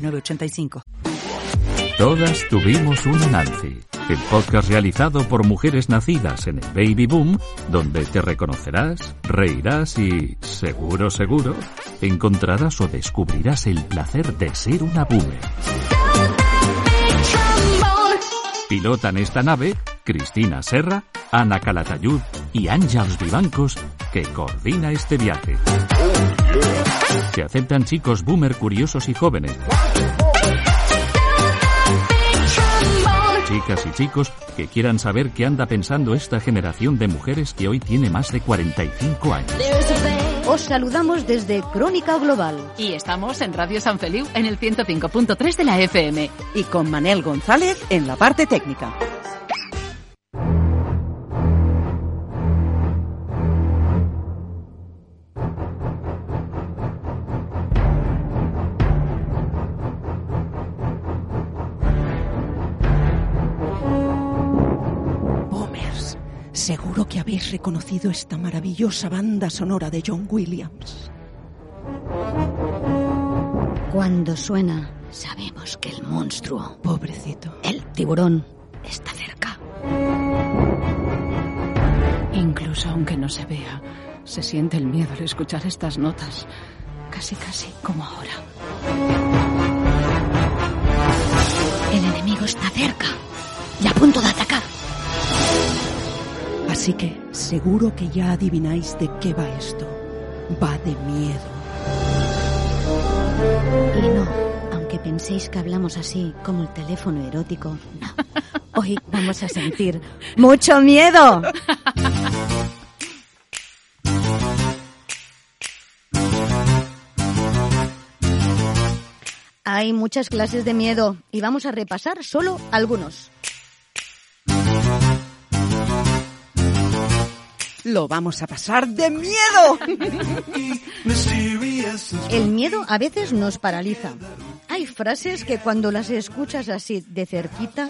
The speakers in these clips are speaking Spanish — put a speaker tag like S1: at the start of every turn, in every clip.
S1: 985.
S2: Todas tuvimos una Nancy, el podcast realizado por mujeres nacidas en el baby boom, donde te reconocerás, reirás y, seguro, seguro, encontrarás o descubrirás el placer de ser una boomer. Pilotan esta nave Cristina Serra, Ana Calatayud y Ángels Vivancos, que coordina este viaje. Se aceptan chicos boomer curiosos y jóvenes. Chicas y chicos que quieran saber qué anda pensando esta generación de mujeres que hoy tiene más de 45 años.
S3: Os saludamos desde Crónica Global.
S4: Y estamos en Radio San Feliu en el 105.3 de la FM.
S5: Y con Manel González en la parte técnica.
S6: Seguro que habéis reconocido esta maravillosa banda sonora de John Williams.
S7: Cuando suena, sabemos que el monstruo,
S6: Pobrecito.
S7: el tiburón, está cerca.
S4: Incluso aunque no se vea, se siente el miedo al escuchar estas notas. Casi, casi como ahora.
S7: El enemigo está cerca y a punto de atacar.
S6: Así que seguro que ya adivináis de qué va esto. Va de miedo.
S7: Y no, aunque penséis que hablamos así como el teléfono erótico, no. Hoy vamos a sentir mucho miedo. Hay muchas clases de miedo y vamos a repasar solo algunos.
S6: Lo vamos a pasar de miedo.
S7: El miedo a veces nos paraliza. Hay frases que cuando las escuchas así de cerquita,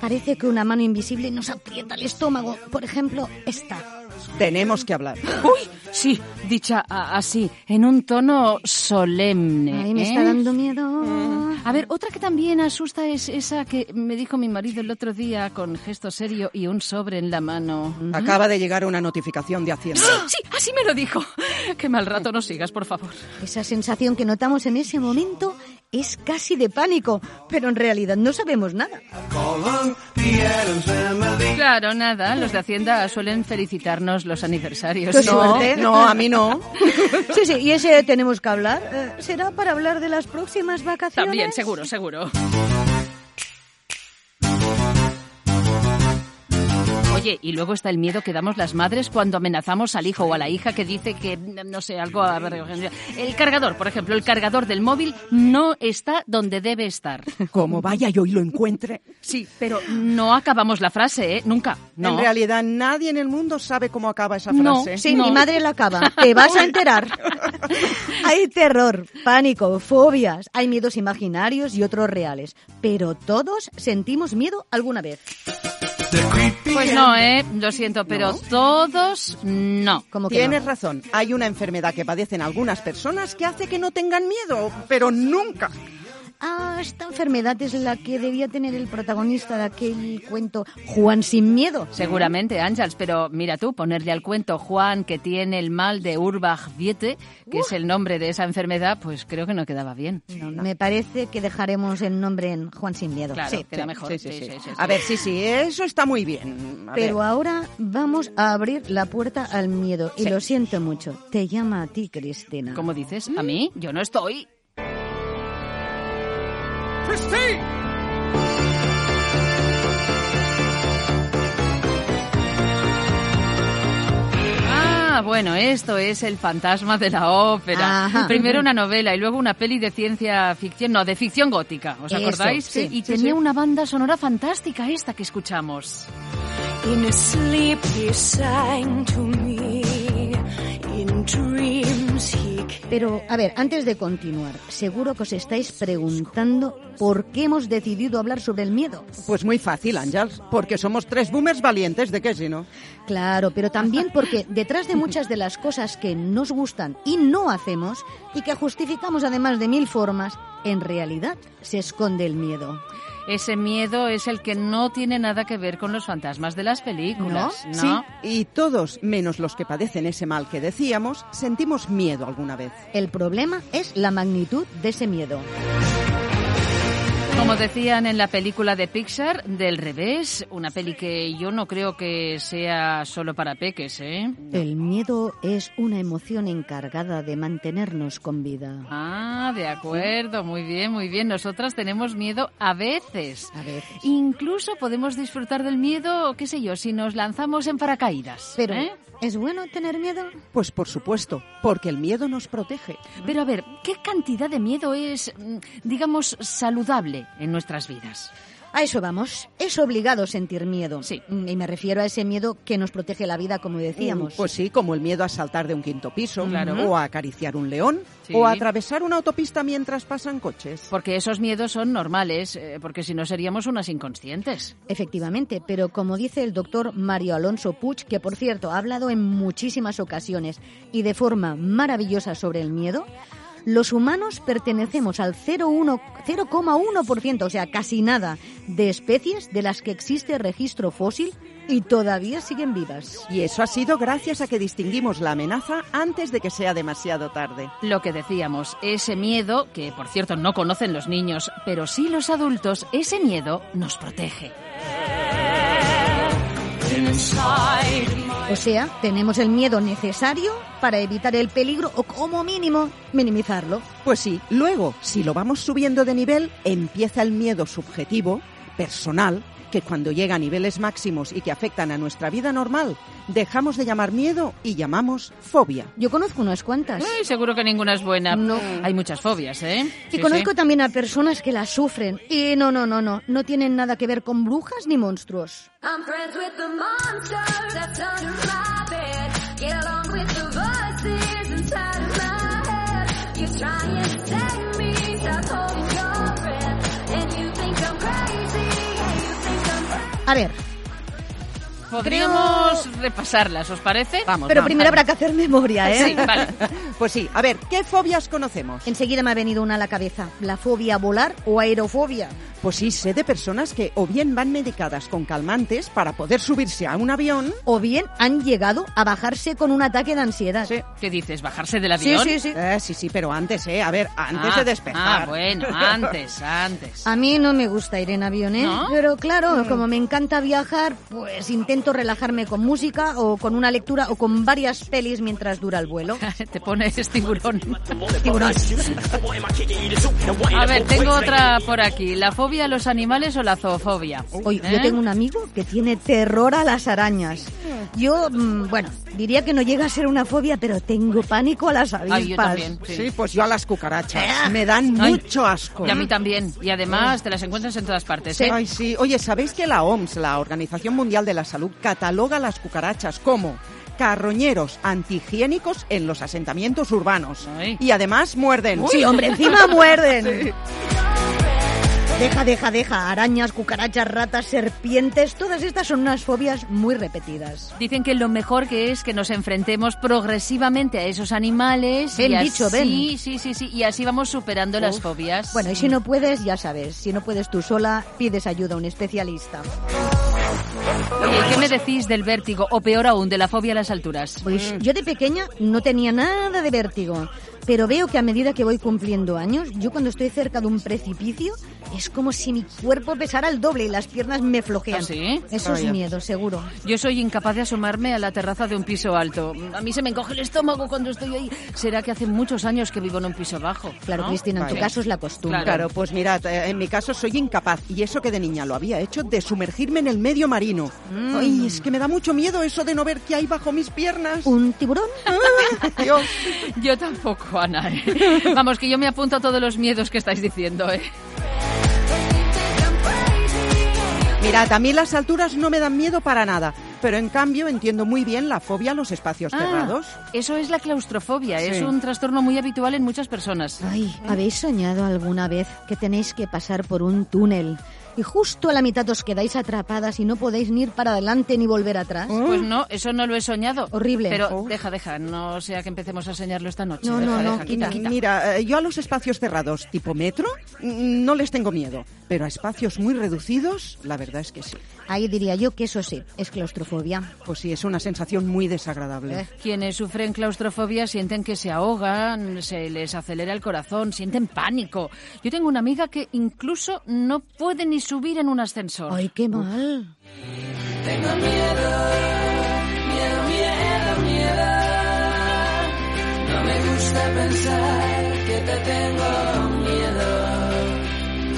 S7: parece que una mano invisible nos aprieta el estómago. Por ejemplo, esta.
S6: Tenemos que hablar.
S4: ¡Uy! Sí, dicha a- así, en un tono solemne.
S7: Ahí me
S4: ¿eh? Mm.
S7: está dando miedo.
S4: A ver, otra que también asusta es esa que me dijo mi marido el otro día con gesto serio y un sobre en la mano.
S5: Acaba de llegar una notificación de Hacienda.
S4: Sí, así me lo dijo. Que mal rato no sigas, por favor.
S7: Esa sensación que notamos en ese momento es casi de pánico, pero en realidad no sabemos nada.
S4: Claro, nada. Los de Hacienda suelen felicitarnos los aniversarios.
S7: Qué
S4: ¿no?
S7: suerte.
S5: no, a mí no.
S7: Sí, sí, y ese tenemos que hablar. Eh, ¿Será para hablar de las próximas vacaciones?
S4: También, seguro, seguro. Oye, y luego está el miedo que damos las madres cuando amenazamos al hijo o a la hija que dice que, no sé, algo... a ver, El cargador, por ejemplo, el cargador del móvil no está donde debe estar.
S6: Como vaya yo y lo encuentre.
S4: Sí, pero no acabamos la frase, ¿eh? Nunca. No.
S5: En realidad nadie en el mundo sabe cómo acaba esa
S4: No.
S5: frase.
S7: Sí,
S4: No.
S7: mi madre la acaba. Te vas a enterar. Hay terror, pánico, fobias, hay miedos imaginarios y otros reales. Pero todos sentimos miedo alguna vez.
S4: Pues no, ¿eh? Lo siento, pero todos no.
S7: Como que
S5: Tienes
S7: no.
S5: razón. Hay una enfermedad que padecen algunas personas que hace que no tengan miedo, pero nunca.
S7: Ah, esta enfermedad es la que debía tener el protagonista de aquel cuento, Juan sin miedo.
S4: Seguramente, Ángels, pero mira tú, ponerle al cuento Juan que tiene el mal de Urbach Viete, que es el nombre de esa enfermedad, pues creo que no quedaba bien.
S7: Me parece que dejaremos el nombre en Juan sin miedo.
S4: Claro,
S7: Sí.
S4: queda mejor.
S5: Sí, sí, sí.
S4: sí, sí,
S5: A
S4: sí.
S5: ver, sí, sí, eso está muy bien. A
S7: Pero
S5: ver.
S7: ahora vamos a abrir la puerta al miedo. Y lo siento mucho. Te llama a ti, Cristina.
S4: ¿Cómo dices? ¿A mí?
S7: Mm.
S4: Yo no estoy. Ah, Ah, bueno, esto es El fantasma de la ópera.
S7: Ajá.
S4: Primero una novela y luego una peli de ciencia ficción, no, de ficción gótica, ¿os
S7: Eso,
S4: acordáis?
S7: sí,
S4: y tenía una banda sonora fantástica esta que escuchamos.
S8: In a sleep he sang to me. In dreams he came.
S7: Pero, a ver, antes de continuar, seguro que os estáis preguntando por qué hemos decidido hablar sobre el miedo.
S5: Pues muy fácil, Ángels, porque somos tres boomers valientes, ¿de qué si no?
S7: Claro, pero también porque detrás de muchas de las cosas que nos gustan y no hacemos, y que justificamos además de mil formas, en realidad se esconde el miedo.
S4: Ese miedo es el que no tiene nada que ver con los fantasmas de las películas, ¿no?
S5: Sí, y todos, menos los que padecen ese mal que decíamos, sentimos miedo alguna vez.
S7: El problema es la magnitud de ese miedo.
S4: Como decían en la película de Pixar, Del Revés, una peli que yo no creo que sea solo para peques, ¿eh?
S7: El miedo es una emoción encargada de mantenernos con vida.
S4: Ah, de acuerdo, muy bien, muy bien. Nosotras tenemos miedo a veces.
S7: A veces.
S4: Incluso podemos disfrutar del miedo, qué sé yo, si nos lanzamos en paracaídas.
S7: Pero,
S4: ¿eh?
S7: ¿es bueno tener miedo?
S5: Pues por supuesto, porque el miedo nos protege.
S4: Pero a ver, ¿qué cantidad de miedo es, mm, digamos, saludable en nuestras vidas?
S7: A eso vamos. Es obligado sentir miedo.
S4: Sí.
S7: Mm, Y me refiero a ese miedo que nos protege la vida, como decíamos.
S5: Pues sí, como el miedo a saltar de un quinto piso,
S4: Claro.
S5: o a acariciar un león,
S4: Sí.
S5: o a atravesar una autopista mientras pasan coches.
S4: Porque esos miedos son normales, eh, porque si no seríamos unas inconscientes.
S7: Efectivamente, pero como dice el doctor Mario Alonso Puig, que por cierto ha hablado en muchísimas ocasiones y de forma maravillosa sobre el miedo, los humanos pertenecemos al 0,1 0,1%, o sea, casi nada, de especies de las que existe registro fósil y todavía siguen vivas.
S5: Y eso ha sido gracias a que distinguimos la amenaza antes de que sea demasiado tarde.
S4: Lo que decíamos, ese miedo, que por cierto no conocen los niños, pero sí los adultos, ese miedo nos protege.
S7: O sea, tenemos el miedo necesario para evitar el peligro o como mínimo minimizarlo.
S5: Pues sí, luego, si lo vamos subiendo de nivel, empieza el miedo subjetivo, personal, que cuando llega a niveles máximos y que afectan a nuestra vida normal, dejamos de llamar miedo y llamamos fobia.
S7: Yo conozco unas cuantas.
S4: Ay, seguro que ninguna es buena.
S7: No.
S4: Hay muchas fobias, ¿eh?
S7: Y
S4: Sí,
S7: conozco
S4: sí.
S7: también a personas que las sufren. Y no, no, no, no. No tienen nada que ver con brujas ni monstruos.
S8: I'm friends with the monster that's under my bed. Get along with the voices inside of my head. You're trying to save me, stop holding your breath. And you think I'm crazy, yeah, you think I'm crazy.
S7: A ver,
S4: Podríamos repasarlas, ¿os parece?
S5: Vamos,
S7: pero
S5: vamos.
S7: primero habrá que hacer memoria, ¿eh?
S4: Sí, vale.
S5: Pues sí, a ver, ¿qué fobias conocemos?
S7: Enseguida me ha venido una a la cabeza. La fobia a volar o aerofobia.
S5: Pues sí, sé de personas que o bien van medicadas con calmantes para poder subirse a un avión,
S7: O bien han llegado a bajarse con un ataque de ansiedad.
S5: Sí.
S4: ¿Qué dices? ¿Bajarse del
S7: sí,
S4: avión?
S7: sí, sí.
S5: Eh, sí, sí, pero antes, ¿eh? A ver, antes
S4: Ah,
S5: de despejar.
S4: Ah, bueno, antes, antes.
S7: A mí no me gusta ir en avión, ¿eh?
S4: ¿No? Mm.
S7: Pero claro, como me encanta viajar, pues intento relajarme con música o con una lectura o con varias pelis mientras dura el vuelo.
S4: Te pones tiburón. A ver, tengo otra por aquí. ¿La fobia a los animales o la zoofobia?
S7: Oye, yo
S4: ¿Eh?
S7: tengo un amigo que tiene terror a las arañas. Yo, mm, bueno, diría que no llega a ser una fobia, pero tengo pánico a las avispas.
S4: Ay, yo también.
S5: Sí.
S4: Sí.
S5: pues yo a las cucarachas. Me dan
S4: Ah. Ay.
S5: mucho asco.
S4: Y a mí también. Y además te las encuentras en todas partes, ¿eh?
S5: Ay, sí. Oye, ¿sabéis que la OMS, la Organización Mundial de la Salud, cataloga las cucarachas como carroñeros antihigiénicos en los asentamientos urbanos?
S4: Ay.
S5: Y además muerden.
S7: Sí, hombre, encima muerden. Deja, deja, deja. Arañas, cucarachas, ratas, serpientes, todas estas son unas fobias muy repetidas.
S4: Dicen que lo mejor que es que nos enfrentemos progresivamente a esos animales.
S7: Ven,
S4: y
S7: bicho,
S4: así,
S7: ven.
S4: Sí, sí, sí. Y así vamos superando las fobias. mm.
S7: Bueno, y si no puedes, ya sabes, si no puedes tú sola, pides ayuda a un especialista.
S4: Oye, ¿qué me decís del vértigo? O peor aún, de la fobia a las alturas.
S7: Pues yo de pequeña no tenía nada de vértigo, Pero veo que a medida que voy cumpliendo años, yo cuando estoy cerca de un precipicio, es como si mi cuerpo pesara el doble y las piernas me flojean.
S4: ¿Ah, sí?
S7: Eso
S4: Vaya.
S7: es miedo, seguro.
S4: Yo soy incapaz de asomarme a la terraza de un piso alto. A mí se me encoge el estómago cuando estoy ahí. Será que hace muchos años que vivo en un piso bajo.
S7: Claro,
S4: ¿no?
S7: Cristina, en tu
S4: Sí.
S7: caso es la costumbre.
S4: Ah, Claro.
S5: Claro, pues mirad, eh, en mi caso soy incapaz, y eso que de niña lo había hecho, de sumergirme en el medio marino.
S4: Mm.
S5: Ay, es que me da mucho miedo eso de no ver qué hay bajo mis piernas.
S7: ¿Un tiburón?
S5: Dios.
S4: Yo tampoco, Ana. ¿eh? Vamos, que yo me apunto a todos los miedos que estáis diciendo. ¿eh?
S5: Mirad, a mí las alturas no me dan miedo para nada, pero en cambio entiendo muy bien la fobia a los espacios cerrados.
S4: Ah, eso es la claustrofobia. Es
S5: Sí.
S4: un trastorno muy habitual en muchas personas.
S7: Ay, ¿habéis soñado alguna vez que tenéis que pasar por un túnel y justo a la mitad os quedáis atrapadas y no podéis ni ir para adelante ni volver atrás?
S4: Pues no, eso no lo he soñado.
S7: Horrible.
S4: Pero
S7: Uf.
S4: deja, deja, no sea que empecemos a enseñarlo esta noche.
S7: No,
S4: Deja,
S7: no, no,
S4: deja, quita, quita.
S5: Mira, eh, yo a los espacios cerrados tipo metro mm, no les tengo miedo, pero a espacios muy reducidos, la verdad es que sí.
S7: Ahí diría yo que eso sí, es claustrofobia.
S5: Pues sí, es una sensación muy desagradable.
S7: Eh.
S4: Quienes sufren claustrofobia sienten que se ahogan, se les acelera el corazón, sienten pánico. Yo tengo una amiga que incluso no puede ni subir en un ascensor.
S7: Ay, qué mal.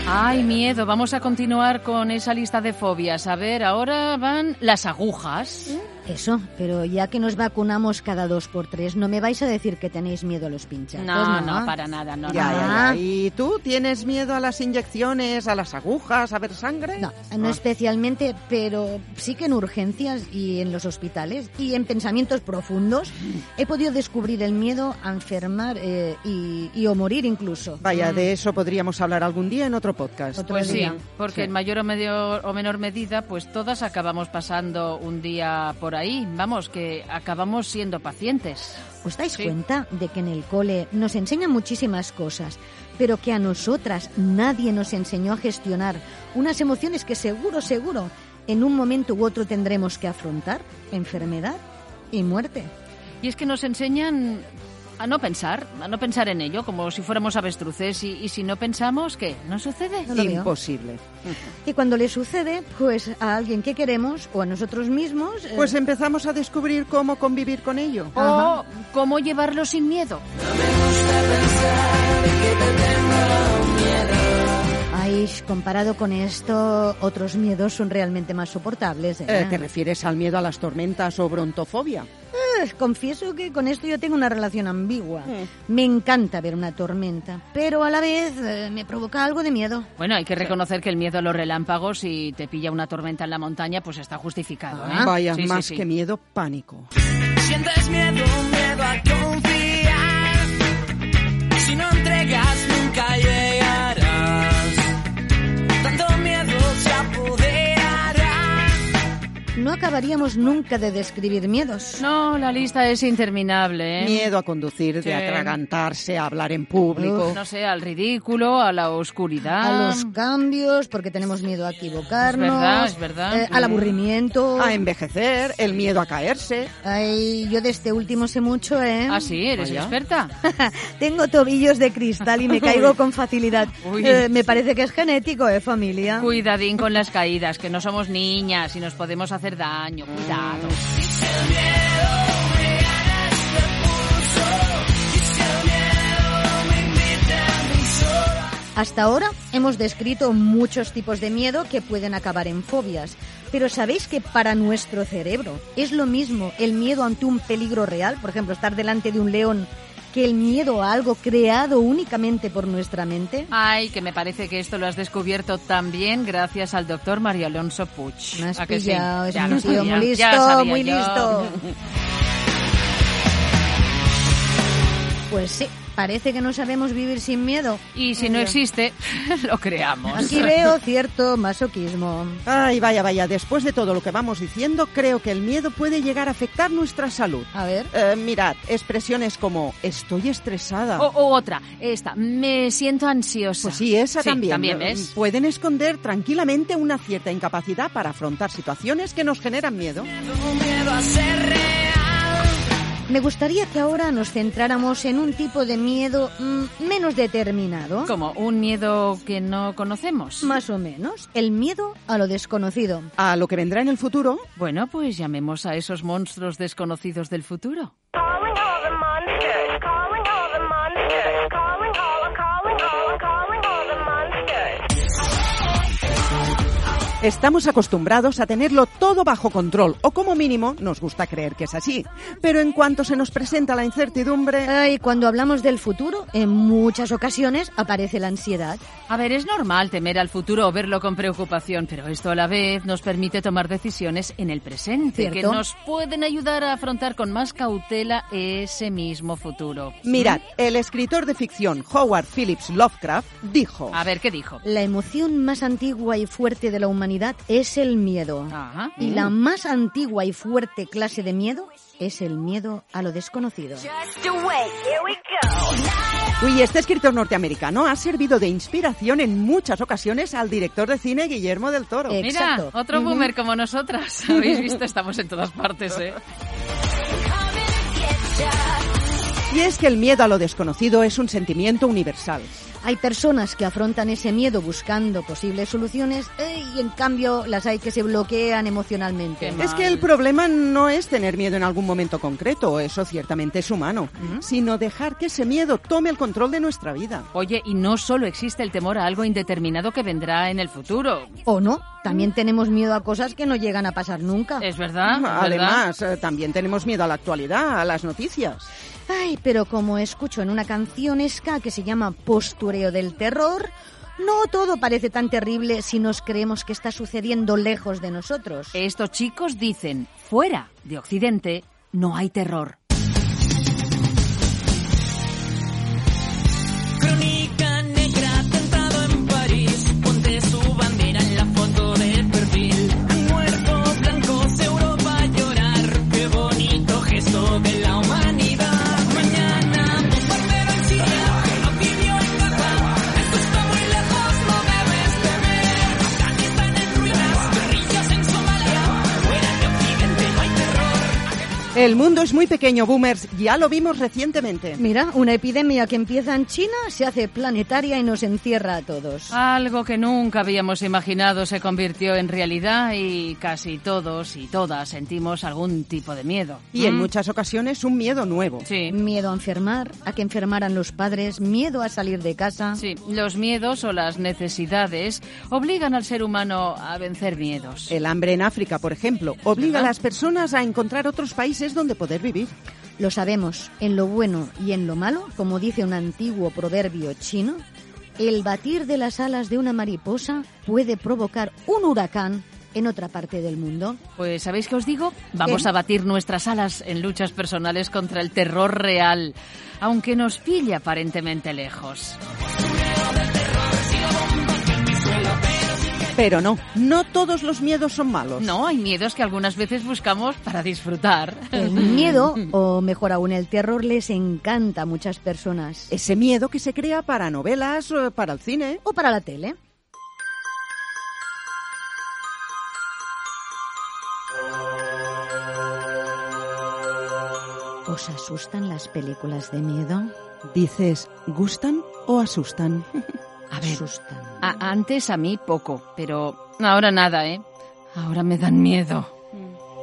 S4: Ay, miedo. Vamos a continuar con esa lista de fobias. A ver, ahora van las agujas.
S7: Eso, pero ya que nos vacunamos cada dos por tres, no me vais a decir que tenéis miedo a los pinchazos.
S4: No, no, para nada, no,
S5: Ya,
S4: no.
S5: ya,
S7: Ah.
S5: ya. ¿Y tú tienes miedo a las inyecciones, a las agujas, a ver sangre?
S7: No, no
S5: Ah.
S7: especialmente, pero sí que en urgencias y en los hospitales y en pensamientos profundos he podido descubrir el miedo a enfermar eh, y, y o morir incluso.
S5: Vaya, de eso podríamos hablar algún día en otro podcast.
S7: Otro
S4: Pues sí,
S7: día.
S4: porque en mayor o, medio- o menor medida, pues todas acabamos pasando un día por ahí. Vamos, que acabamos siendo pacientes.
S7: ¿Os dais
S4: Sí.
S7: cuenta de que en el cole nos enseñan muchísimas cosas, pero que a nosotras nadie nos enseñó a gestionar unas emociones que seguro, seguro, en un momento u otro tendremos que afrontar? Enfermedad y muerte.
S4: Y es que nos enseñan a no pensar, a no pensar en ello, como si fuéramos avestruces. Y, y si no pensamos, ¿qué? ¿No sucede?
S7: No lo veo.
S5: Imposible.
S7: Y cuando le sucede, pues a alguien que queremos o a nosotros mismos... eh,
S5: Pues empezamos a descubrir cómo convivir con ello.
S4: O cómo llevarlo sin miedo.
S5: eh.
S7: Ay, comparado con esto, otros miedos son realmente más soportables. ¿eh?
S5: Eh, ¿Te refieres al miedo a las tormentas o brontofobia?
S7: Eh, Confieso que con esto yo tengo una relación ambigua. Me encanta ver una tormenta, pero a la vez eh, me provoca algo de miedo.
S4: Bueno, hay que reconocer que el miedo a los relámpagos, si te pilla una tormenta en la montaña, pues está justificado.
S7: Ah.
S4: ¿eh?
S5: Ah, Vaya,
S4: Sí, sí,
S5: más
S4: sí.
S5: que miedo, pánico.
S9: Sientes miedo, miedo a confiar. Si no entregas, nunca llegarás. Tanto miedo se apoderará.
S7: No acabaríamos nunca de describir miedos.
S4: No, la lista es interminable. ¿eh?
S5: Miedo a conducir,
S4: Sí.
S5: de atragantarse, a hablar en público.
S4: No sé, al ridículo, a la oscuridad.
S7: A los cambios, porque tenemos miedo a equivocarnos.
S4: Es verdad, es verdad.
S7: eh, al aburrimiento.
S5: A envejecer, el miedo a caerse.
S7: Ay, yo de este último sé mucho, ¿eh?
S4: Ah, sí, eres
S5: Vaya.
S4: experta.
S7: Ah. Tengo tobillos de cristal y me caigo con facilidad.
S4: Uy.
S7: Eh, me parece que es genético, ¿eh, familia?
S4: Cuidadín con las caídas, que no somos niñas y nos podemos hacer daño. Cuidado.
S7: Mm. Hasta ahora hemos descrito muchos tipos de miedo que pueden acabar en fobias, pero ¿sabéis que para nuestro cerebro es lo mismo el miedo ante un peligro real, por ejemplo, estar delante de un león, que el miedo a algo creado únicamente por nuestra mente?
S4: Ay, que me parece que esto lo has descubierto también gracias al doctor Mario Alonso Puig.
S7: Me has
S4: ¿A que sí?
S7: pillado, es
S4: Ya
S7: un
S4: lo
S7: tío
S4: sabía,
S7: muy
S4: ya
S7: listo,
S4: sabía
S7: muy
S4: yo.
S7: listo. Pues sí, parece que no sabemos vivir sin miedo.
S4: Y si no existe, lo creamos.
S7: Aquí veo cierto masoquismo.
S5: Ay, vaya, vaya, después de todo lo que vamos diciendo, creo que el miedo puede llegar a afectar nuestra salud.
S7: A ver.
S5: Eh, mirad, expresiones como estoy estresada.
S4: O, o otra, esta, me siento ansiosa.
S5: Pues sí, esa
S4: Sí,
S5: también.
S4: también,
S5: Eh,
S4: ¿ves?
S5: Pueden esconder tranquilamente una cierta incapacidad para afrontar situaciones que nos generan miedo.
S9: Miedo, miedo a ser real.
S7: Me gustaría que ahora nos centráramos en un tipo de miedo mm, menos determinado.
S4: Como un miedo que no conocemos.
S7: Más o menos. El miedo a lo desconocido.
S5: A lo que vendrá en el futuro,
S4: Bueno, pues llamemos a esos monstruos desconocidos del futuro.
S8: Calling all the monsters. Calling all the monsters. Calling all, calling all, calling all the monsters.
S5: Estamos acostumbrados a tenerlo todo bajo control, o como mínimo nos gusta creer que es así. Pero en cuanto se nos presenta la incertidumbre,
S7: Ay, cuando hablamos del futuro, en muchas ocasiones aparece la ansiedad.
S4: A ver, es normal temer al futuro o verlo con preocupación, pero esto a la vez nos permite tomar decisiones en el presente que
S7: Cierto.
S4: nos pueden ayudar a afrontar con más cautela ese mismo futuro. ¿Mm?
S5: mirad, el escritor de ficción Howard Phillips Lovecraft dijo,
S4: A ver, ¿qué dijo?
S7: La emoción más antigua y fuerte de la humanidad es el miedo.
S4: Ajá.
S7: Y la más antigua y fuerte clase de miedo es el miedo a lo desconocido.
S8: Just away. Here we go.
S5: uy, este escritor norteamericano ha servido de inspiración en muchas ocasiones al director de cine Guillermo del Toro.
S7: Eh,
S4: Mira,
S7: exacto.
S4: otro boomer como nosotras. Habéis visto, estamos en todas partes, ¿eh?
S5: Y es que el miedo a lo desconocido es un sentimiento universal.
S7: Hay personas que afrontan ese miedo buscando posibles soluciones eh, y en cambio las hay que se bloquean emocionalmente.
S4: Qué
S5: Es que el problema no es tener miedo en algún momento concreto, eso ciertamente es humano, sino dejar que ese miedo tome el control de nuestra vida.
S4: Oye, y no solo existe el temor a algo indeterminado que vendrá en el futuro.
S7: O no, también tenemos miedo a cosas que no llegan a pasar nunca.
S4: ¿Es verdad? Ah, ¿Verdad?
S5: Además, eh, también tenemos miedo a la actualidad, a las noticias.
S7: Ay, pero como escucho en una canción ska que se llama Postureo del Terror, no todo parece tan terrible si nos creemos que está sucediendo lejos de nosotros.
S4: Estos chicos dicen, fuera de Occidente no hay terror.
S9: Crónica negra, atentado en París. Ponte su bandera en la foto de perfil. Han muerto blancos, Europa a llorar. Qué bonito gesto de la humanidad. Mañana, bombardero en Siria, genocidio en Gaza. Esto está muy lejos, no debes temer. Afganistán en ruinas, guerrillas en Somalia. Fuera de Occidente no hay terror.
S5: El mundo es muy pequeño, boomers, ya lo vimos recientemente.
S7: Mira, una epidemia que empieza en China se hace planetaria y nos encierra a todos.
S4: Algo que nunca habíamos imaginado se convirtió en realidad y casi todos y todas sentimos algún tipo de miedo.
S5: Y en
S4: Mm,
S5: muchas ocasiones un miedo nuevo.
S4: Sí.
S7: Miedo a enfermar, a que enfermaran los padres, miedo a salir de casa.
S4: Sí, los miedos o las necesidades obligan al ser humano a vencer miedos.
S5: El hambre en África, por ejemplo, obliga a las personas a encontrar otros países donde poder vivir.
S7: Lo sabemos, en lo bueno y en lo malo, como dice un antiguo proverbio chino, el batir de las alas de una mariposa puede provocar un huracán en otra parte del mundo.
S4: Pues ¿sabéis qué os digo? Vamos
S7: ¿Qué?
S4: a batir nuestras alas en luchas personales contra el terror real, aunque nos pille aparentemente lejos.
S5: Pero no, no todos los miedos son malos.
S4: No, hay miedos que algunas veces buscamos para disfrutar.
S7: El miedo, o mejor aún el terror, les encanta a muchas personas.
S5: Ese miedo que se crea para novelas, eh, para el cine.
S7: O para la tele. ¿Os asustan las películas de miedo?
S5: Dices, ¿gustan o asustan?
S4: A ver,
S7: Asustan.
S4: a- antes a mí poco, pero ahora nada, ¿eh? Ahora me dan miedo.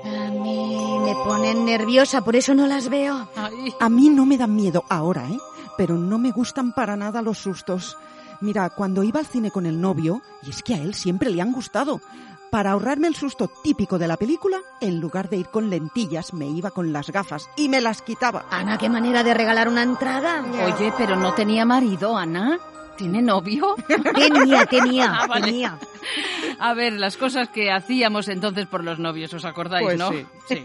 S7: A mí me ponen nerviosa, por eso no las veo.
S4: Ay.
S5: A mí no me dan miedo ahora, ¿eh? Pero no me gustan para nada los sustos. Mira, cuando iba al cine con el novio, y es que a él siempre le han gustado, para ahorrarme el susto típico de la película, en lugar de ir con lentillas, me iba con las gafas y me las quitaba.
S7: Ana, qué manera de regalar una entrada.
S4: Oye, pero no tenía marido, Ana. ¿Tiene novio?
S7: Tenía, tenía,
S4: Ah, vale.
S7: tenía.
S4: A ver, las cosas que hacíamos entonces por los novios, ¿os acordáis,
S5: Pues
S4: no?
S5: sí.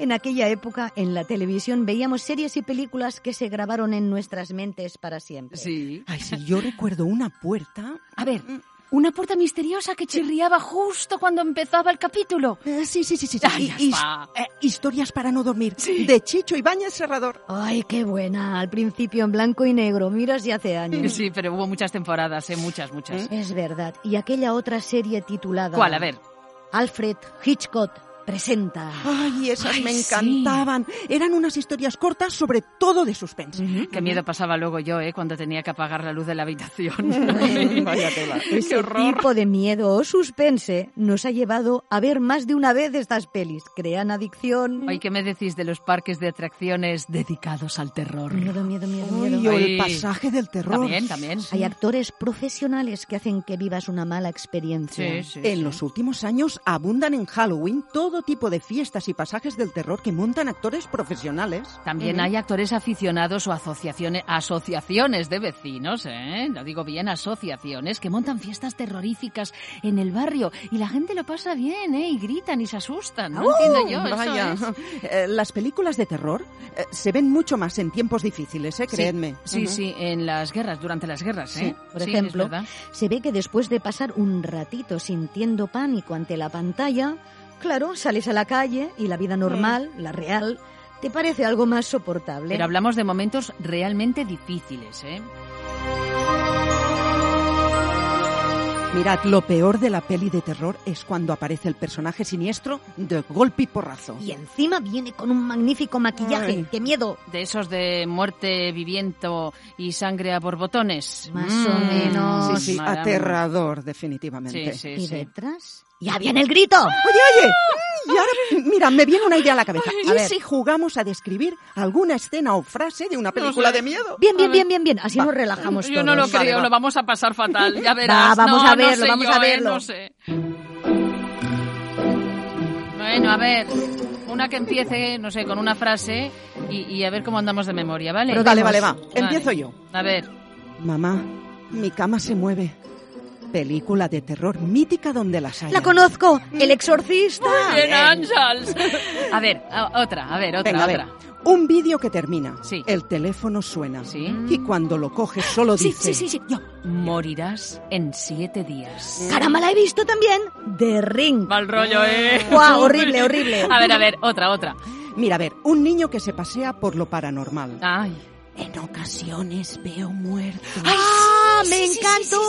S7: En aquella época, en la televisión, veíamos series y películas que se grabaron en nuestras mentes para siempre.
S4: Sí.
S5: Ay, sí, yo recuerdo una puerta.
S4: A ver, una puerta misteriosa que chirriaba justo cuando empezaba el capítulo.
S5: Eh, sí, sí, sí, sí. sí.
S4: Ay, ya está.
S5: eh, historias para no dormir. De Chicho Ibáñez Serrador.
S7: Ay, qué buena. Al principio en blanco y negro. Mira si hace años.
S4: Sí, pero hubo muchas temporadas, ¿eh? Muchas, muchas.
S7: Es verdad. Y aquella otra serie titulada...
S4: ¿Cuál? A ver.
S7: Alfred Hitchcock presenta.
S5: Ay, esas
S4: Ay,
S5: me
S4: sí.
S5: encantaban. Eran unas historias cortas, sobre todo de suspense.
S4: Qué miedo pasaba luego yo, ¿eh? Cuando tenía que apagar la luz de la habitación.
S5: Vaya tela.
S4: Qué
S7: Ese
S4: horror.
S7: tipo de miedo o suspense nos ha llevado a ver más de una vez estas pelis. Crean adicción.
S4: Ay, ¿qué me decís de los parques de atracciones dedicados al terror?
S7: Miedo, miedo, miedo,
S5: Uy,
S7: miedo.
S5: o el
S4: Ay.
S5: pasaje del terror.
S4: También, también.
S7: Hay actores profesionales que hacen que vivas una mala experiencia.
S4: Sí, sí,
S5: En
S4: sí.
S5: los últimos años abundan en Halloween todo tipo de fiestas y pasajes del terror que montan actores profesionales.
S4: También hay actores aficionados o asociaciones, asociaciones de vecinos, ¿eh? Lo digo bien, asociaciones que montan fiestas terroríficas en el barrio y la gente lo pasa bien, ¿eh? Y gritan y se asustan. No entiendo yo eso,
S5: Vaya.
S4: ¿eh?
S5: Eh, las películas de terror eh, se ven mucho más en tiempos difíciles, ¿eh? creedme.
S4: Sí,
S5: Ujú.
S4: sí, en las guerras, durante las guerras, ¿eh?
S7: Por
S4: Sí, es
S7: ejemplo,
S4: verdad.
S7: se ve que después de pasar un ratito sintiendo pánico ante la pantalla, claro, sales a la calle y la vida normal, la real, te parece algo más soportable.
S4: Pero hablamos de momentos realmente difíciles, ¿eh?
S5: Mirad, lo peor de la peli de terror es cuando aparece el personaje siniestro de golpe y porrazo.
S7: Y encima viene con un magnífico maquillaje.
S5: Ay.
S7: ¡Qué miedo!
S4: De esos de muerte viviento y sangre a borbotones. Mm,
S7: Más o menos.
S5: sí, sí,
S4: madame.
S5: aterrador,
S4: Sí,
S5: definitivamente.
S4: sí,
S7: y
S4: sí.
S7: detrás, ¡ya viene el grito!
S5: Oye, oye, y ahora, mira, me viene una idea a la cabeza.
S7: A
S5: ¿Y
S7: ver.
S5: si jugamos a describir alguna escena o frase de una película de miedo?
S7: Bien, bien, bien, bien, bien. Así nos relajamos
S4: Yo no lo
S7: todos.
S4: creo,
S5: Vale, va.
S4: lo vamos a pasar fatal, ya verás.
S7: vamos
S4: No,
S7: a
S4: no
S7: verlo,
S4: sé
S7: vamos
S4: yo,
S7: a
S4: eh,
S7: verlo.
S4: no sé. Bueno, a ver, una que empiece, no sé, con una frase y, y a ver cómo andamos de memoria, ¿vale?
S5: Vale, vale, va. Empiezo yo.
S4: A ver,
S5: Mamá, mi cama se mueve. Película de terror mítica donde las hay.
S7: ¡La conozco! ¡El exorcista!
S4: bien, Ángels. A ver, a- otra, a ver, otra,
S5: Venga, a ver.
S4: otra.
S5: Un vídeo que termina.
S4: Sí.
S5: El teléfono suena.
S4: Sí.
S5: Y cuando lo coges solo
S7: Sí,
S5: dice...
S7: sí, sí, sí. Yo.
S4: Morirás en siete días.
S7: Caramba, la he visto también. The Ring.
S4: Mal rollo, ¿eh?
S7: Guau, horrible, horrible.
S4: A ver, a ver, otra, otra.
S5: Mira, a ver, un niño que se pasea por lo paranormal.
S4: Ay,
S5: En ocasiones veo muertos.
S7: ¡Ah, me encantó!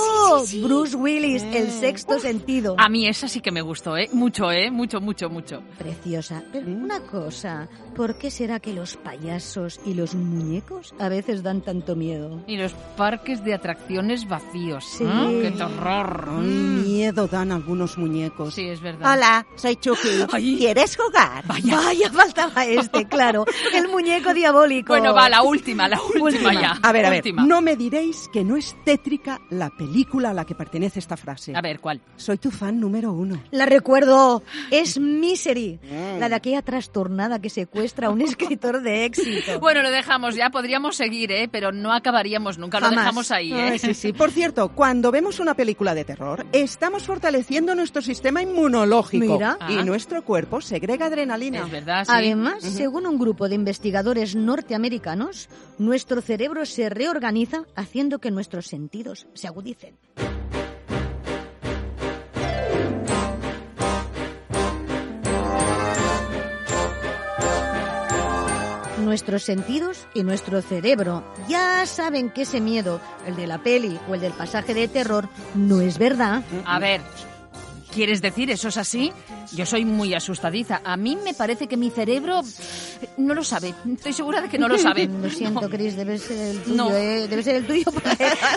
S7: Bruce Willis, El sexto sentido.
S4: a mí esa sí que me gustó, ¿eh? Mucho, ¿eh? Mucho, mucho, mucho.
S7: Preciosa. Pero una cosa, ¿por qué será que los payasos y los muñecos a veces dan tanto miedo?
S4: Y los parques de atracciones vacíos.
S7: Sí.
S4: ¿no? ¡Qué terror!
S5: Ay, miedo dan algunos muñecos.
S4: Sí, es verdad.
S5: Hola, soy Chucky. ¿Quieres jugar?
S7: Vaya, faltaba este, claro. El muñeco diabólico.
S4: Bueno, va, la última, la última, ya.
S5: A ver, a ver,
S4: Última.
S5: no me diréis que no es tétrica la película a la que pertenece esta frase.
S4: A ver, ¿cuál?
S5: Soy tu fan número uno.
S7: La recuerdo. Es Misery, la de aquella trastornada que secuestra a un escritor de éxito.
S4: Bueno, lo dejamos ya, podríamos seguir, ¿eh? Pero no acabaríamos nunca, lo
S7: Jamás.
S4: dejamos ahí, ¿eh?
S5: Ay, sí, sí. Por cierto, cuando vemos una película de terror, estamos fortaleciendo nuestro sistema inmunológico.
S7: Mira.
S5: Y
S4: Ah.
S5: nuestro cuerpo segrega adrenalina.
S4: Es verdad, ¿Ah, sí.
S7: Además, según un grupo de investigadores norteamericanos, nuestro cerebro se reorganiza haciendo que nuestros sentidos se agudicen. Nuestros sentidos y nuestro cerebro ya saben que ese miedo, el de la peli o el del pasaje de terror, no es verdad.
S4: A ver, ¿quieres decir eso es así? Yo soy muy asustadiza. A mí me parece que mi cerebro no lo sabe. Estoy segura de que no lo sabe.
S7: Lo siento, Chris, debe ser el tuyo,
S4: No.
S7: ¿eh? Debe ser el tuyo, porque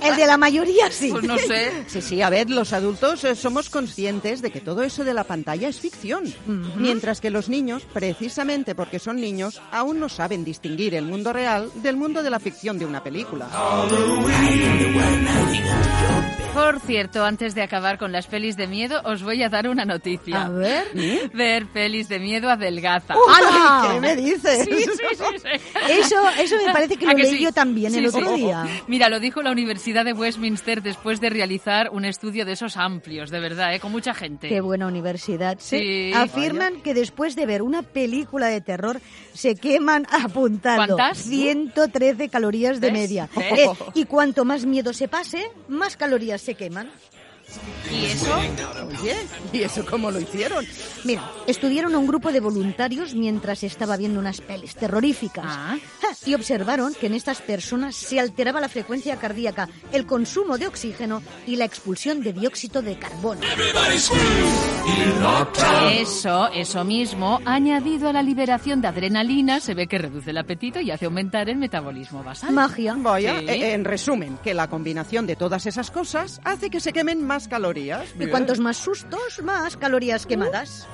S7: el de la mayoría sí.
S4: Pues no sé.
S5: Sí, sí, a ver, los adultos eh, somos conscientes de que todo eso de la pantalla es ficción, mientras que los niños, precisamente porque son niños, aún no saben distinguir el mundo real del mundo de la ficción de una película.
S4: Por cierto, antes de acabar con las pelis de miedo, os voy a dar una noticia.
S7: A ver. Ah,
S4: Ver pelis de miedo adelgaza. Ah,
S7: ¡Hala!
S5: ¿Qué me dices?
S4: Sí, sí, sí, sí. Ah,
S7: Eso, eso me parece que
S4: ¿A
S7: lo leí
S4: sí?
S7: yo también
S4: Sí,
S7: el otro
S4: sí.
S7: día.
S4: Mira, lo dijo la Universidad de Westminster después de realizar un estudio de esos amplios, de verdad, ¿eh? con mucha gente.
S7: Qué buena universidad. Sí.
S4: Sí.
S7: Afirman que después de ver una película de terror se queman apuntando
S4: ¿Cuántas?
S7: 113 calorías de
S4: ¿Ves? Oh.
S7: media.
S4: ¿Ves?
S7: Eh, y cuanto más miedo se pase, más calorías se queman.
S4: Y eso
S5: Oye, ¿y eso cómo lo hicieron?
S7: Mira, estudiaron a un grupo de voluntarios mientras estaba viendo unas pelis terroríficas.
S4: Ah.
S7: Ja, Y observaron que en estas personas se alteraba la frecuencia cardíaca, el consumo de oxígeno y la expulsión de dióxido de carbono.
S4: Eso, eso mismo, añadido a la liberación de adrenalina, se ve que reduce el apetito y hace aumentar el metabolismo basal.
S7: Magia.
S5: Vaya,
S4: Sí.
S5: eh, en resumen, que la combinación de todas esas cosas hace que se quemen más calorías.
S7: Y
S5: Bien.
S7: cuantos más sustos, más calorías quemadas.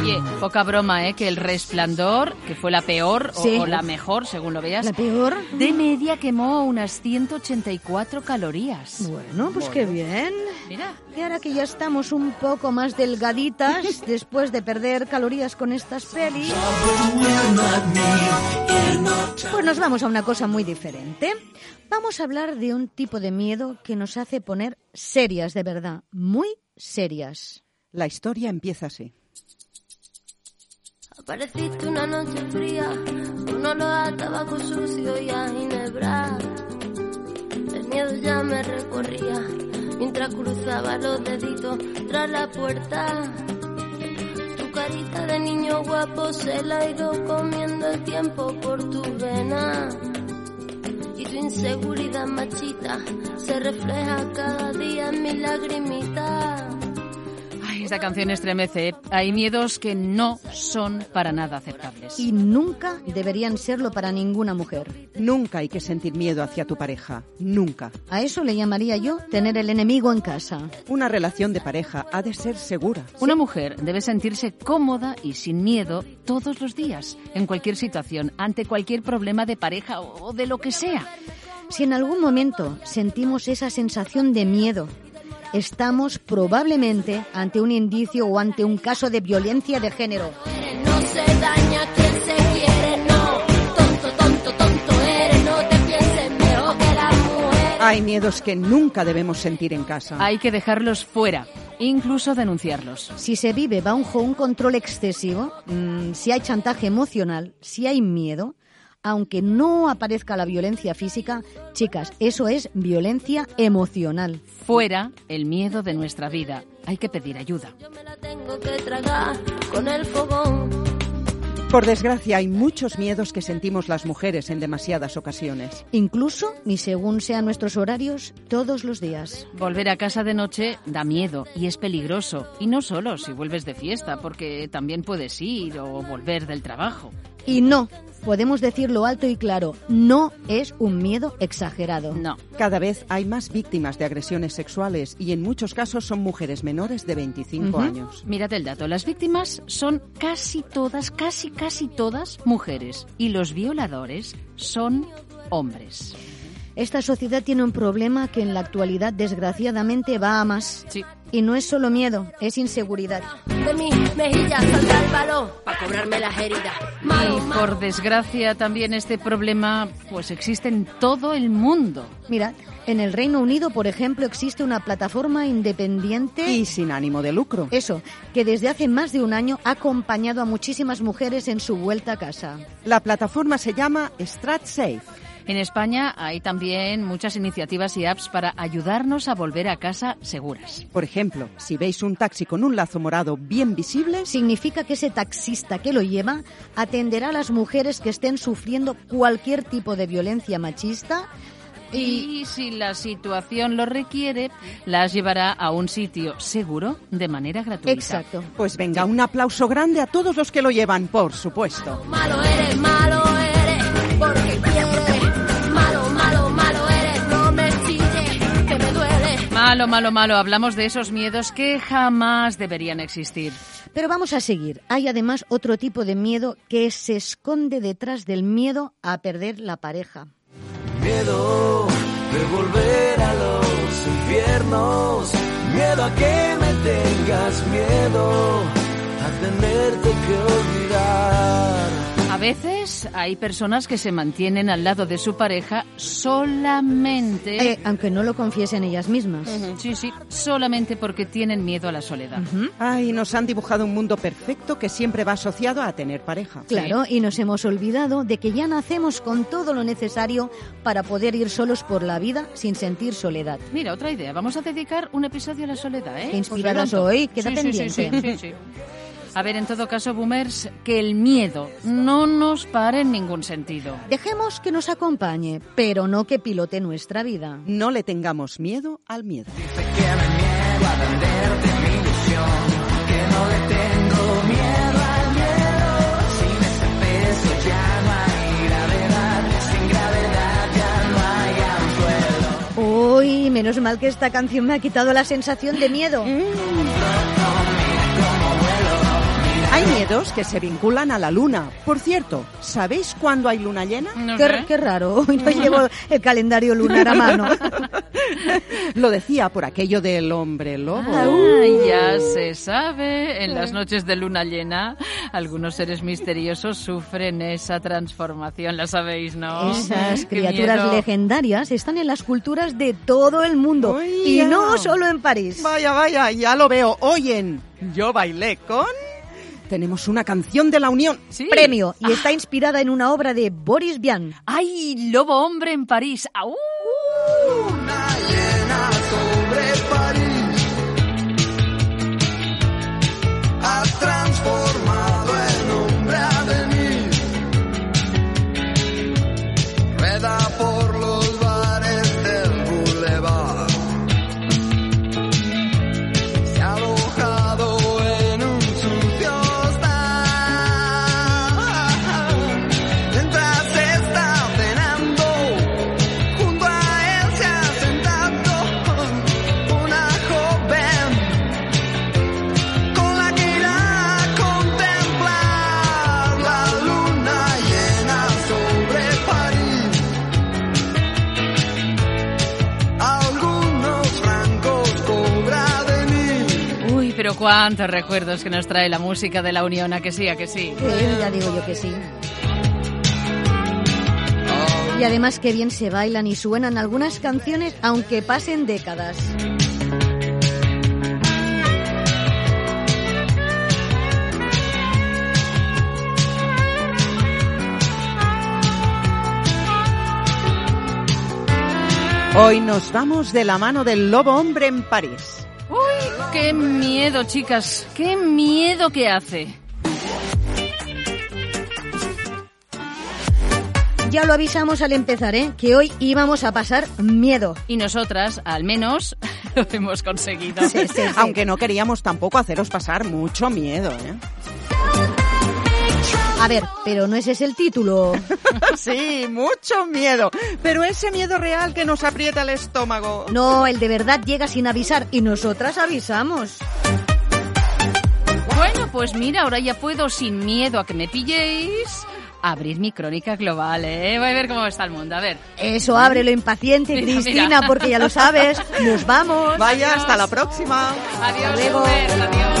S4: Oye, poca broma, ¿eh? Que el resplandor, que fue la peor o-
S7: Sí.
S4: o, la mejor, según lo veas,
S7: Uh, La peor.
S4: de media quemó unas 184 calorías.
S7: Bueno, pues qué bien.
S4: Mira.
S7: Y ahora que ya estamos un poco más delgaditas después de perder calorías con estas pelis, pues nos vamos a una cosa muy diferente. Vamos a hablar de un tipo de miedo que nos hace poner serias, de verdad, muy serias.
S5: La historia empieza así.
S8: Apareciste una noche fría, uno lo ataba con sucio y a ginebra. El miedo ya me recorría, mientras cruzaba los deditos tras la puerta. Tu carita de niño guapo se la ha ido comiendo el tiempo por tus venas. Y tu inseguridad machita se refleja cada día en mis lagrimitas.
S4: Ay, esta canción estremece. ¿eh? Hay miedos que no son para nada aceptables.
S7: Y nunca deberían serlo para ninguna mujer.
S5: Nunca hay que sentir miedo hacia tu pareja. Nunca.
S7: A eso le llamaría yo tener el enemigo en casa.
S5: Una relación de pareja ha de ser segura.
S4: Una mujer debe sentirse cómoda y sin miedo todos los días, en cualquier situación, ante cualquier problema de pareja o o de lo que sea.
S7: Si en algún momento sentimos esa sensación de miedo, estamos probablemente ante un indicio o ante un caso de violencia de género.
S8: No se daña quien se quiere, no. Tonto, tonto, tonto eres, no te pienses mejor que la mujer.
S5: Hay miedos que nunca debemos sentir en casa.
S4: Hay que dejarlos fuera, incluso denunciarlos.
S7: Si se vive bajo un control excesivo, mm, si hay chantaje emocional, si hay miedo, aunque no aparezca la violencia física, chicas, eso es violencia emocional.
S4: Fuera el miedo de nuestra vida. Hay que pedir ayuda.
S8: Yo me la tengo que tragar con el fogón.
S5: Por desgracia, hay muchos miedos que sentimos las mujeres en demasiadas ocasiones.
S7: Incluso, ni según sean nuestros horarios, todos los días.
S4: Volver a casa de noche da miedo y es peligroso. Y no solo si vuelves de fiesta, porque también puedes ir o volver del trabajo.
S7: Y no, podemos decirlo alto y claro, no es un miedo exagerado.
S4: No.
S5: Cada vez hay más víctimas de agresiones sexuales y en muchos casos son mujeres menores de 25
S4: Ujú.
S5: años.
S4: Mírate el dato. Las víctimas son casi todas, casi, casi todas mujeres. Y los violadores son hombres.
S7: Esta sociedad tiene un problema que en la actualidad desgraciadamente va a más.
S4: Sí.
S7: Y no es solo miedo, es inseguridad.
S8: De mis mejillas salta el balón para cobrarme las heridas. Malo,
S4: Y
S8: malo.
S4: por desgracia también este problema pues existe en todo el mundo.
S7: Mira, en el Reino Unido, por ejemplo, existe una plataforma independiente.
S5: Y sin ánimo de lucro.
S7: Eso, que desde hace más de un año ha acompañado a muchísimas mujeres en su vuelta a casa.
S5: La plataforma se llama StratSafe.
S4: En España hay también muchas iniciativas y apps para ayudarnos a volver a casa seguras.
S5: Por ejemplo, si veis un taxi con un lazo morado bien visible,
S7: Significa que ese taxista que lo lleva atenderá a las mujeres que estén sufriendo cualquier tipo de violencia machista
S4: Y si la situación lo requiere, las llevará a un sitio seguro de manera gratuita.
S7: Exacto.
S5: pues venga, un aplauso grande a todos los que lo llevan, por supuesto.
S8: Malo eres, malo eres, porque quieres. Malo, malo, malo eres, no me chilles, que me duele.
S4: Malo, malo, malo. Hablamos de esos miedos que jamás deberían existir.
S7: Pero vamos a seguir. Hay además otro tipo de miedo que se esconde detrás del miedo a perder la pareja.
S10: Miedo de volver a los infiernos. Miedo a que me tengas miedo. A tenerte que olvidar.
S4: A A veces hay personas que se mantienen al lado de su pareja solamente...
S7: Eh, aunque no lo confiesen ellas mismas.
S4: Ujú, Sí, sí, solamente porque tienen miedo a la soledad.
S5: Ay, nos han dibujado un mundo perfecto que siempre va asociado a tener pareja.
S7: Claro, y nos hemos olvidado de que ya nacemos con todo lo necesario para poder ir solos por la vida sin sentir soledad.
S4: Mira, otra idea. Vamos a dedicar un episodio a la soledad, ¿eh?
S7: Qué inspiradas
S4: Por lo
S7: hoy,
S4: pronto.
S7: queda
S4: Sí, sí, sí,
S7: pendiente.
S4: sí, sí, sí. A ver, en todo caso, boomers, que el miedo no nos pare en ningún sentido.
S7: Dejemos que nos acompañe, pero no que pilote nuestra vida.
S5: No le tengamos miedo al miedo.
S8: Que no le tengo miedo al miedo. Sin ese peso ya no hay gravedad. Sin gravedad ya no hay anzuelo.
S7: Uy, menos mal que esta canción me ha quitado la sensación de miedo.
S5: Hay miedos que se vinculan a la luna. Por cierto, ¿sabéis cuándo hay luna llena?
S7: Qué, r- qué raro, hoy no llevo el calendario lunar a mano.
S5: Lo decía por aquello del hombre lobo.
S4: Ah, ya se sabe, en las noches de luna llena, algunos seres misteriosos sufren esa transformación, la sabéis, ¿no?
S7: Esas
S4: Qué
S7: criaturas
S4: miedo.
S7: legendarias están en las culturas de todo el mundo
S5: Uy,
S7: y
S5: ya.
S7: no solo en París.
S5: Vaya, vaya, ya lo veo. Oyen, yo bailé con... Tenemos una canción de la Unión.
S4: Sí. Ah.
S7: Premio y está inspirada en una obra de Boris Vian.
S4: ¡Ay, lobo hombre en París! ¡Au!
S8: Llena sobre París. Ha transformado el hombre a venir. Rueda por los bares del boulevard. Se ha alojado en un sucio hostal. Mientras está cenando junto a él se ha sentado una joven con la que irá a contemplar la luna llena sobre París. Algunos francos cobra de mí.
S4: Uy, pero cuántos recuerdos que nos trae la música de la Unión, a que sí, a que sí.
S7: Eh, ya digo yo que sí. Y además que bien se bailan y suenan algunas canciones aunque pasen décadas.
S5: Hoy nos vamos de la mano del lobo hombre en París.
S4: ¡Uy, qué miedo, chicas! ¡Qué miedo que hace!
S7: Ya lo avisamos al empezar, ¿eh? Que hoy íbamos a pasar miedo.
S4: Y nosotras, al menos, lo hemos conseguido.
S7: Sí, sí, sí.
S5: Aunque no queríamos tampoco haceros pasar mucho miedo, ¿eh?
S7: A ver, pero no ese es el título.
S5: Sí, mucho miedo. Pero ese miedo real que nos aprieta el estómago.
S7: No, el de verdad llega sin avisar y nosotras avisamos.
S4: Bueno, pues mira, ahora ya puedo, sin miedo a que me pilléis, abrir mi crónica global, ¿eh? Voy a ver cómo está el mundo, a ver.
S7: Eso abre lo impaciente,
S4: Mira, mira.
S7: Cristina, porque ya lo sabes. Nos vamos.
S5: Vaya,
S4: Adiós.
S5: hasta la próxima.
S4: Adiós,
S7: luego.
S4: Super, adiós.